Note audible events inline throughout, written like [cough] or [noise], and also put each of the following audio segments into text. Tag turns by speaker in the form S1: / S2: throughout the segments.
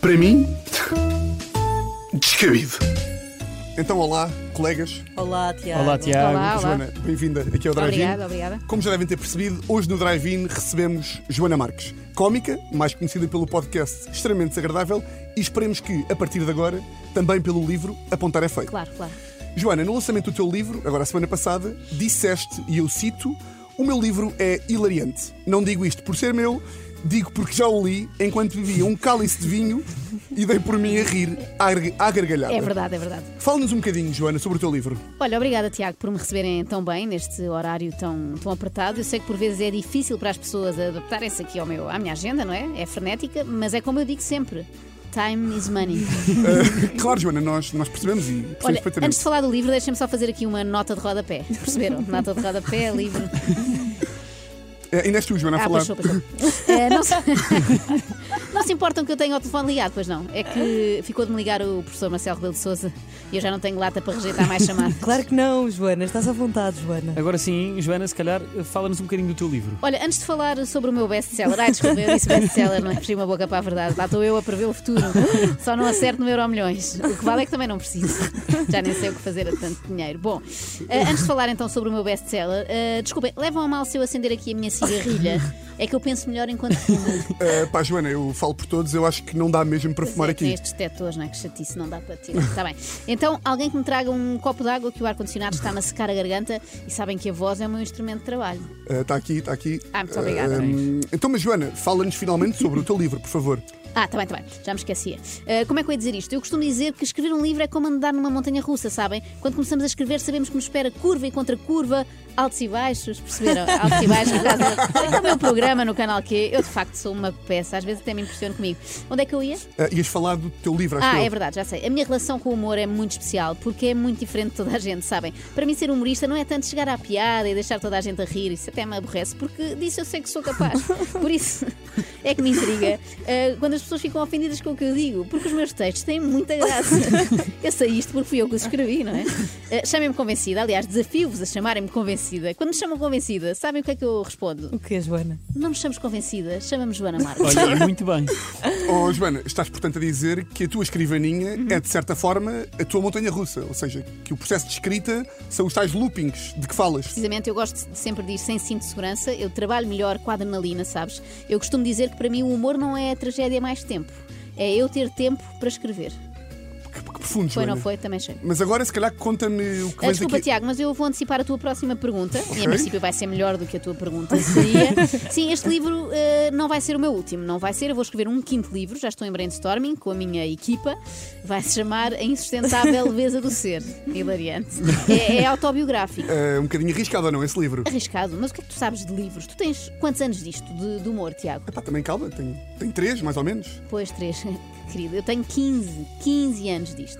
S1: para mim, [laughs] descabido.
S2: Então, olá, colegas.
S3: Olá, Tiago.
S4: Olá, Tiago.
S5: Ah, Olá, olá.
S2: Joana, bem-vinda aqui ao Drive-In.
S5: Obrigada, obrigada.
S2: Como já devem ter percebido, hoje no Drive-In recebemos Joana Marques, cómica, mais conhecida pelo podcast Extremamente Desagradável, e esperemos que, a partir de agora, também pelo livro Apontar é Feio.
S5: Claro, claro.
S2: Joana, no lançamento do teu livro, agora a semana passada, disseste, e eu cito, o meu livro é hilariante. Não digo isto por ser meu, digo porque já o li enquanto bebia um cálice de vinho e dei por mim a rir à gar- à gargalhada.
S5: É verdade, é verdade.
S2: Fala-nos um bocadinho, Joana, sobre o teu livro.
S5: Olha, obrigada, Tiago, por me receberem tão bem neste horário tão, tão apertado. Eu sei que por vezes é difícil para as pessoas adaptarem-se aqui ao meu, à minha agenda, não é? É frenética, mas é como eu digo sempre: time is money.
S2: Ah, claro, Joana, nós, nós percebemos e percebemos
S5: Olha,
S2: perfeitamente.
S5: antes de falar do livro, deixem-me só fazer aqui uma nota de rodapé. Perceberam? [laughs] Nota de rodapé, livro.
S2: É, ainda és tu, Joana, a
S5: Ah,
S2: falar.
S5: pois sou, pois sou. Eh, não, se... [laughs] não se importam que eu tenha o telefone ligado, pois não. É que ficou de me ligar o professor Marcelo Rebelo de Souza e eu já não tenho lata para rejeitar mais chamadas.
S3: Claro que não, Joana. Estás à vontade, Joana.
S4: Agora sim, Joana, se calhar, fala-nos um bocadinho do teu
S5: [laughs]
S4: livro.
S5: Olha, antes de falar sobre o meu best-seller, ai, desculpa, eu disse best-seller, não é? Fechei uma boca para a verdade. Lá estou eu a prever o futuro. Só não acerto no Euro Milhões. O que vale é que também não preciso. Já nem sei o que fazer a tanto dinheiro. Bom, eh, antes de falar então sobre o meu best-seller, eh, desculpem, levam a mal se eu acender aqui a minha cigarrilha. É que eu penso melhor enquanto
S2: [laughs]
S5: fumo.
S2: Ah, pá, Joana, eu falo por todos, eu acho que não dá mesmo para fumar
S5: é, tem
S2: aqui.
S5: estes detectores, não é? Que chatice, não dá para tirar. Está bem. Então, alguém que me traga um copo de água que o ar-condicionado está-me a secar a garganta e sabem que a voz é o meu instrumento de trabalho.
S2: Está Eh, tá aqui, está aqui.
S5: Ah, muito obrigada.
S2: Hum, então, mas Joana, fala-nos finalmente sobre o teu livro, por favor.
S5: Ah, tá bem, tá bem, já me esquecia. Ah, como é que eu ia dizer isto? Eu costumo dizer que escrever um livro é como andar numa montanha russa, sabem? Quando começamos a escrever, sabemos que nos espera curva e contra curva, altos e baixos, perceberam? Altos e baixos, por causa do- é o meu programa no canal Q. Eu de facto sou uma peça, às vezes até me impressiono comigo. Onde é que eu ia?
S2: Ah, ias falar do teu livro, acho
S5: Ah,
S2: eu.
S5: é verdade, já sei. A minha relação com o humor é muito especial, porque é muito diferente de toda a gente, sabem? Para mim, ser humorista não é tanto chegar à piada e deixar toda a gente a rir, isso até me aborrece, porque disso eu sei que
S2: [laughs]
S5: sou capaz. Por isso, [laughs] é que me intriga ah, quando as pessoas ficam ofendidas com o que eu digo, porque os meus textos têm
S2: [laughs]
S5: muita graça. Eu sei isto porque fui eu que os escrevi, não é? Ah, Chamem-me convencida, aliás, desafio-vos a chamarem-me convencida. Quando me chamam convencida, sabem o que é que eu respondo?
S3: O que é, Joana?
S5: Não me chames convencida, chama-me Joana Marques.
S4: Olha, é muito bem.
S2: Oh, Joana, estás portanto a dizer que a tua escrivaninha
S5: Uhum.
S2: é, de certa forma, a tua montanha russa. Ou seja, que o processo de escrita são os tais loopings de que falas.
S5: Precisamente, eu gosto de sempre disso, sem cinto de segurança. Eu trabalho melhor com a adrenalina, sabes? Eu costumo dizer que para mim o humor não é a tragédia mais tempo. É eu ter tempo para escrever.
S2: Que, que profundo,
S5: Foi,
S2: Joana.
S5: não foi? Também sei.
S2: Mas agora, se calhar, conta-me o que
S5: Ah,
S2: vens
S5: desculpa,
S2: aqui.
S5: Tiago, mas eu vou antecipar a tua próxima pergunta. E em princípio vai ser melhor do que a tua pergunta seria. Sim, este livro ah, não vai ser o meu último, não vai ser. Eu vou escrever um quinto livro, já estou em brainstorming com a minha equipa. Vai se chamar A Insustentável Leveza do Ser. Hilariante. É, é autobiográfico.
S2: Ah, um bocadinho arriscado ou não, esse livro?
S5: Arriscado, mas o que é que tu sabes de livros? Tu tens quantos anos disto, de, de humor, Tiago?
S2: Epá, também calma, tenho, tenho três, mais ou menos.
S5: Pois, três, [laughs] querido. Eu tenho 15, 15 anos disto.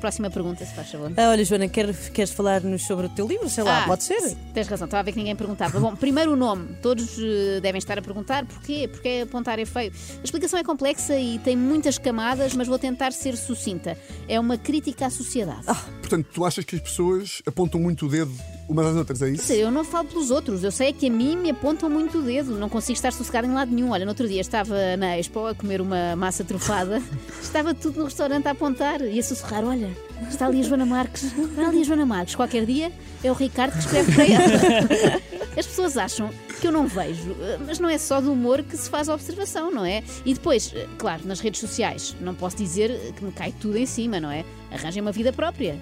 S5: Próxima pergunta, se faz favor.
S3: Ah, olha, Joana, quer- queres falar-nos sobre o teu livro? Sei lá,
S5: Ah,
S3: pode ser?
S5: sim, Tens razão, estava a ver que ninguém perguntava. Bom, primeiro o nome. Todos eh, devem estar a perguntar porquê, porque apontar é feio. A explicação é complexa e tem muitas camadas, mas vou tentar ser sucinta. É uma crítica à
S3: Oh,
S5: sociedade.
S2: Portanto, tu achas que as pessoas apontam muito o dedo umas às outras, é
S5: Quer
S2: isso?
S5: dizer, Eu não falo pelos outros, eu sei é que a mim me apontam muito o dedo, não consigo estar sossegada em lado nenhum. Olha, no outro dia estava na Expo a comer uma massa trufada, estava tudo no restaurante a apontar e a sussurrar: olha, está ali a Joana Marques, está ali a Joana Marques, qualquer dia é o Ricardo que escreve para ela. As pessoas acham que eu não vejo, mas não é só do humor que se faz a observação, não é? E depois, claro, nas redes sociais, não posso dizer eh, que me cai tudo em cima, não é? Arranjem uma vida própria.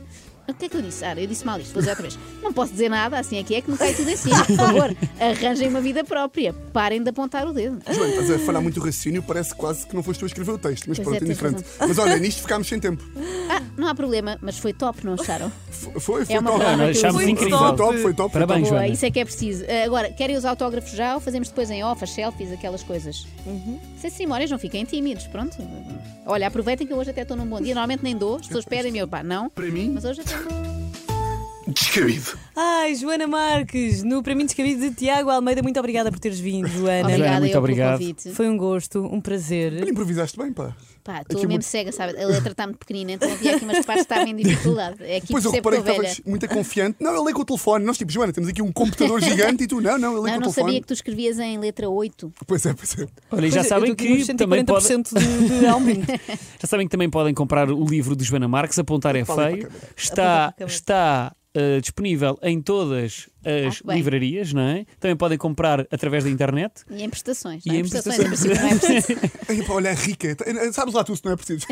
S5: O que é que eu disse? Ah, eu disse mal isto, vou dizer outra vez. Não posso dizer nada, assim aqui é que me cai tudo em cima. Por favor, arranjem uma vida própria. Parem de apontar o dedo. [laughs]
S2: Joana, estás a falhar muito o raciocínio, parece quase que não foste tu a escrever o texto, mas
S5: Pois
S2: pronto,
S5: é,
S2: é
S5: tens
S2: diferente. Mas olha, nisto ficámos sem tempo.
S5: Ah, não há problema, mas foi top, não acharam?
S2: F- Foi, foi
S5: É uma
S2: top.
S5: prova.
S4: Não, achámos
S3: Foi
S4: incrível.
S2: Foi top, foi top. foi
S4: Parabéns,
S5: Boa,
S4: Joana.
S5: isso é que é preciso. Ah, Agora, querem os autógrafos já ou fazemos depois em off, as selfies, aquelas coisas?
S2: Uhum.
S5: Sem cerimónias, não fiquem tímidos, pronto. Olha, aproveitem que eu hoje até estou num bom dia. Normalmente nem dou, as pessoas pedem-me, eu pá, não.
S1: Para mim,
S5: Mas hoje até.
S1: descabido.
S3: Ai, Joana Marques, no Para mim Descabido de Tiago Almeida, muito obrigada por teres vindo, Joana.
S5: Obrigada
S4: Joana, muito
S5: eu
S4: obrigado.
S5: pelo convite.
S3: Foi um gosto, um prazer.
S2: Olha, improvisaste bem, pá.
S5: Pá,
S2: Aqui
S5: estou mesmo
S2: muito-
S5: cega, sabe? A letra está muito pequenina, então havia aqui umas partes que estavam em dificuldade. É aqui
S2: Depois
S5: que
S2: eu
S5: percebo que
S2: reparei
S5: estou
S2: que
S5: velha.
S2: estavas muito confiante. Não, eu leio com o telefone. Nós, tipo, Joana, temos aqui um
S5: [laughs]
S2: computador gigante e tu, não, não, eu leio
S5: Não,
S2: com
S5: não
S2: o telefone.
S5: sabia que tu escrevias em letra 8.
S2: Pois é, pois é.
S4: Olha, e já
S3: Pois é,
S4: sabem
S3: eu tô
S4: que
S3: aqui nos
S4: também podem.
S3: 140% de, de
S4: [laughs]
S3: aumento.
S4: Já sabem que também podem comprar o livro de Joana Marques, Apontar é
S2: Aponta para a
S4: Feio.
S2: câmara.
S3: Aponta
S4: Está,
S3: para a câmara.
S4: está eh, disponível em todas as
S5: Ah, que bem.
S4: livrarias, não é? Também podem comprar através da internet.
S5: E em prestações.
S4: E
S5: não é?
S4: em
S5: prestações, em princípio, não é preciso.
S2: Ai, pá, olha, a rica. Sabes lá tu se não é preciso.